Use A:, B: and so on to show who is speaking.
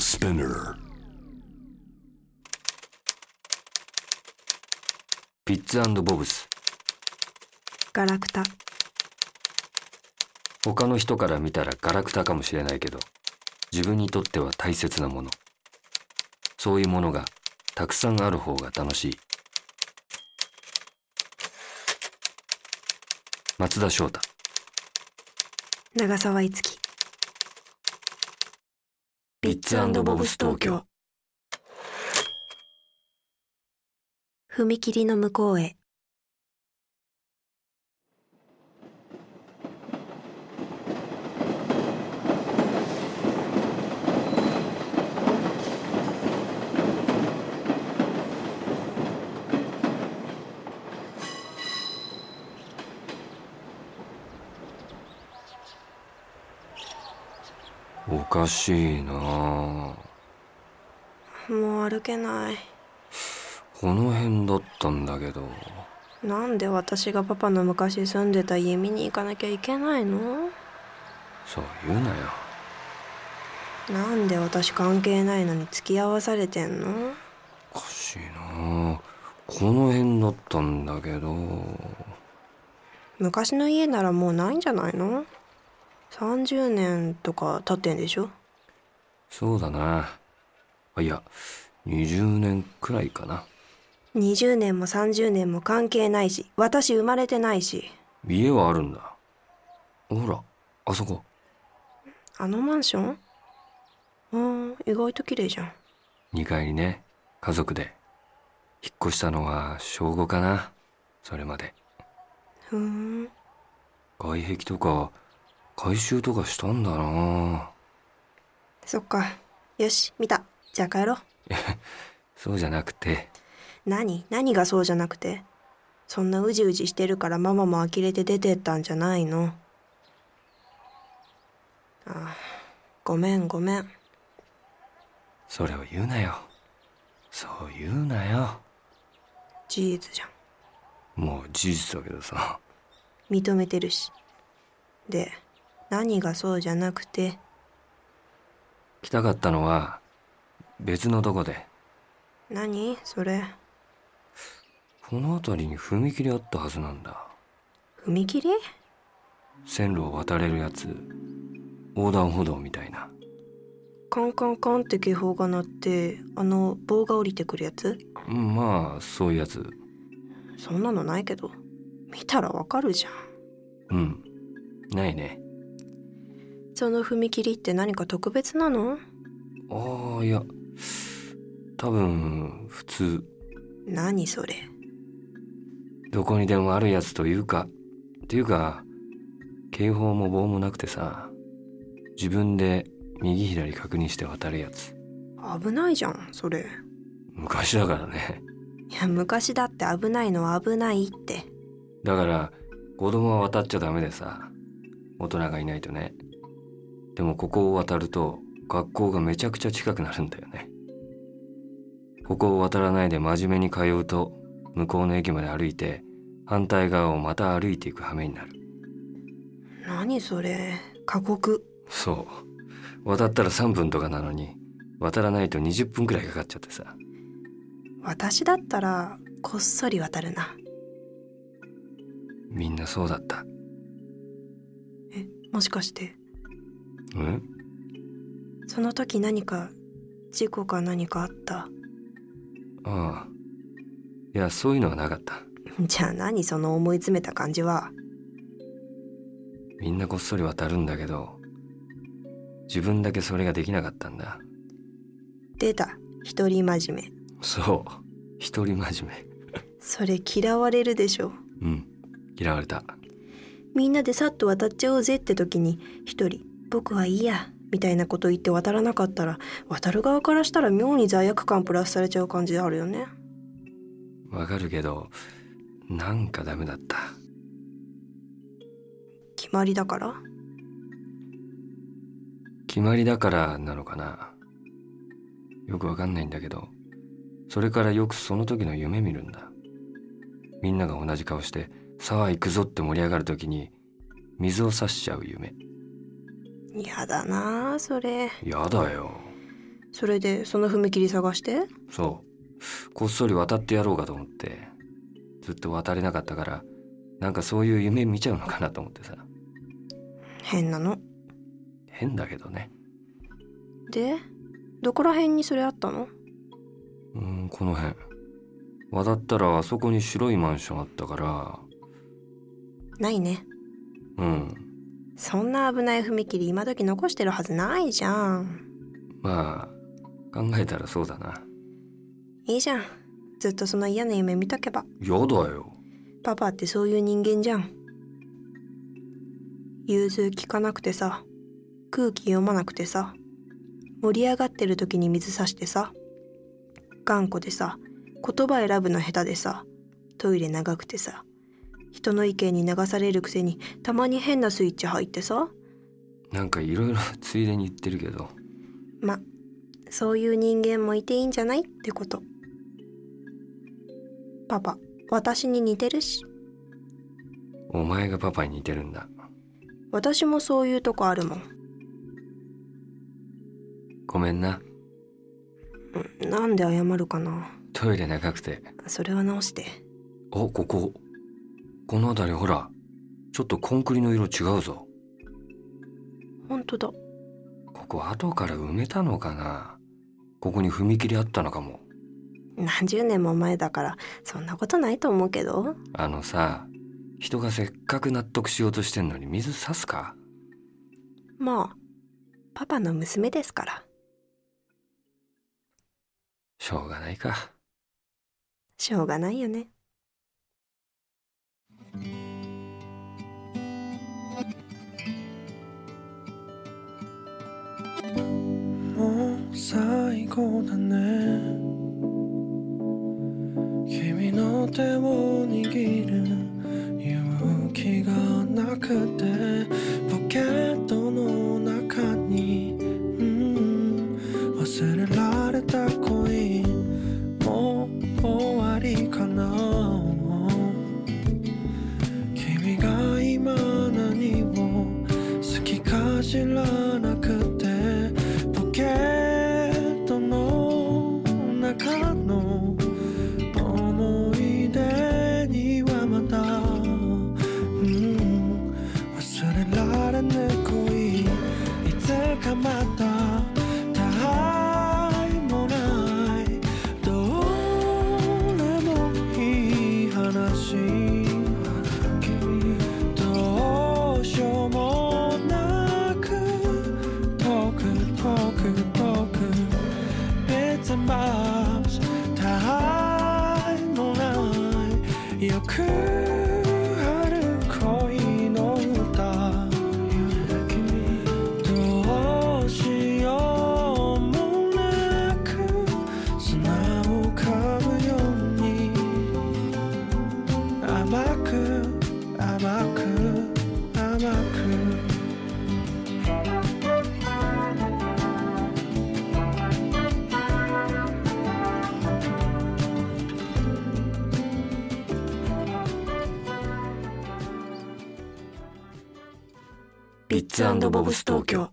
A: Spinner.
B: ピッツボブス
C: ガラクタ
B: 他の人から見たらガラクタかもしれないけど自分にとっては大切なものそういうものがたくさんある方が楽しい松田翔太
C: 長澤いつき
B: ビッツボブス東京
C: 踏切の向こうへ
B: おかしいなあ
C: もう歩けない
B: この辺だったんだけど
C: なんで私がパパの昔住んでた家見に行かなきゃいけないの
B: そう言うなよ
C: なんで私関係ないのに付き合わされてんの
B: おかしいなあこの辺だったんだけど
C: 昔の家ならもうないんじゃないの30年とか経ってんでしょ
B: そうだなあいや20年くらいかな
C: 20年も30年も関係ないし私生まれてないし
B: 家はあるんだほらあそこ
C: あのマンションうん意外と綺麗じゃん
B: 2階にね家族で引っ越したのは小5かなそれまで
C: ふーん
B: 外壁とか改修とかしたんだな
C: そっかよし見たじゃあ帰ろう
B: そうじゃなくて
C: 何何がそうじゃなくてそんなうじうじしてるからママも呆れて出てったんじゃないのああごめんごめん
B: それを言うなよそう言うなよ
C: 事実じゃん
B: もう事実だけどさ
C: 認めてるしで何がそうじゃなくて
B: 来たかったのは別のとこで
C: 何それ
B: この辺りに踏切あったはずなんだ
C: 踏切
B: 線路を渡れるやつ横断歩道みたいな
C: カンカンカンって警報が鳴ってあの棒が降りてくるやつ
B: うんまあそういうやつ
C: そんなのないけど見たらわかるじゃ
B: う
C: ん
B: んないね
C: その踏切って何か特別なの
B: ああいや多分普通
C: 何それ
B: どこにでもあるやつというかっていうか警報も棒もなくてさ自分で右左確認して渡るやつ
C: 危ないじゃんそれ
B: 昔だからね
C: いや昔だって危ないのは危ないって
B: だから子供は渡っちゃダメでさ大人がいないとねでもここを渡ると学校がめちゃくちゃ近くなるんだよねここを渡らないで真面目に通うと向こうの駅まで歩いて反対側をまた歩いていく羽目になる
C: 何それ過酷
B: そう渡ったら3分とかなのに渡らないと20分くらいかかっちゃってさ
C: 私だったらこっそり渡るな
B: みんなそうだった
C: もしかして
B: うん
C: その時何か事故か何かあった
B: ああいやそういうのはなかった
C: じゃあ何その思い詰めた感じは
B: みんなこっそり渡るんだけど自分だけそれができなかったんだ
C: 出た一人真面目
B: そう一人真面
C: それ嫌われるでしょ
B: 目うん嫌われた
C: みんなでさっと渡っちゃおうぜって時に一人「僕はいいや」みたいなこと言って渡らなかったら渡る側からしたら妙に罪悪感プラスされちゃう感じあるよね
B: わかるけどなんかダメだった
C: 決まりだから
B: 決まりだからなのかなよくわかんないんだけどそれからよくその時の夢見るんだみんなが同じ顔して「さあ行くぞ」って盛り上がる時に水を差しちゃう夢
C: やだなあそれ
B: やだよ
C: それでその踏切探して
B: そうこっそり渡ってやろうかと思ってずっと渡れなかったからなんかそういう夢見ちゃうのかなと思ってさ
C: 変なの
B: 変だけどね
C: でどこら辺にそれあったの
B: うーんこの辺渡ったらあそこに白いマンションあったか
C: ないね
B: らうん
C: そんな危ない踏切今時残してるはずないじゃん
B: まあ考えたらそうだない
C: いじゃんずっとその嫌な夢見とけば
B: やだよ
C: パパってそういう人間じゃん融通聞かなくてさ空気読まなくてさ盛り上がってる時に水さしてさ頑固でさ言葉選ぶの下手でさトイレ長くてさ人の意見に流されるくせにたまに変なスイッチ入ってさ
B: なんかいろいろ ついでに言ってるけど
C: まそういう人間もいていいんじゃないってことパパ私に似てるし
B: お前がパパに似てるんだ
C: 私もそういうとこあるもん
B: ごめんな
C: なんで謝るかな
B: トイレ長くて
C: それは直して
B: おこここの辺りほらちょっとコンクリの色違うぞ
C: 本当だ
B: ここ後から埋めたのかなここに踏切あったのかも
C: 何十年も前だからそんなことないと思うけど
B: あのさ人がせっかく納得しようとしてんのに水差すか
C: まあパパの娘ですから
B: しょうがないか
C: しょうがないよね
A: もう最後だね君の手を握る勇気がなくてポケットの中に、うん、忘れられた恋もう終わりかな君が今何を好きか知らなくてポケットの中の思い出にはまだ、うん、忘れられぬ恋いつかまたたわいもないどうでもいい話どうしようもなく遠く遠く遠く It's a mouse たいのないよくある恋の歌どうしようもなく砂をかぶように甘く甘く甘く
B: ビッツボブス東京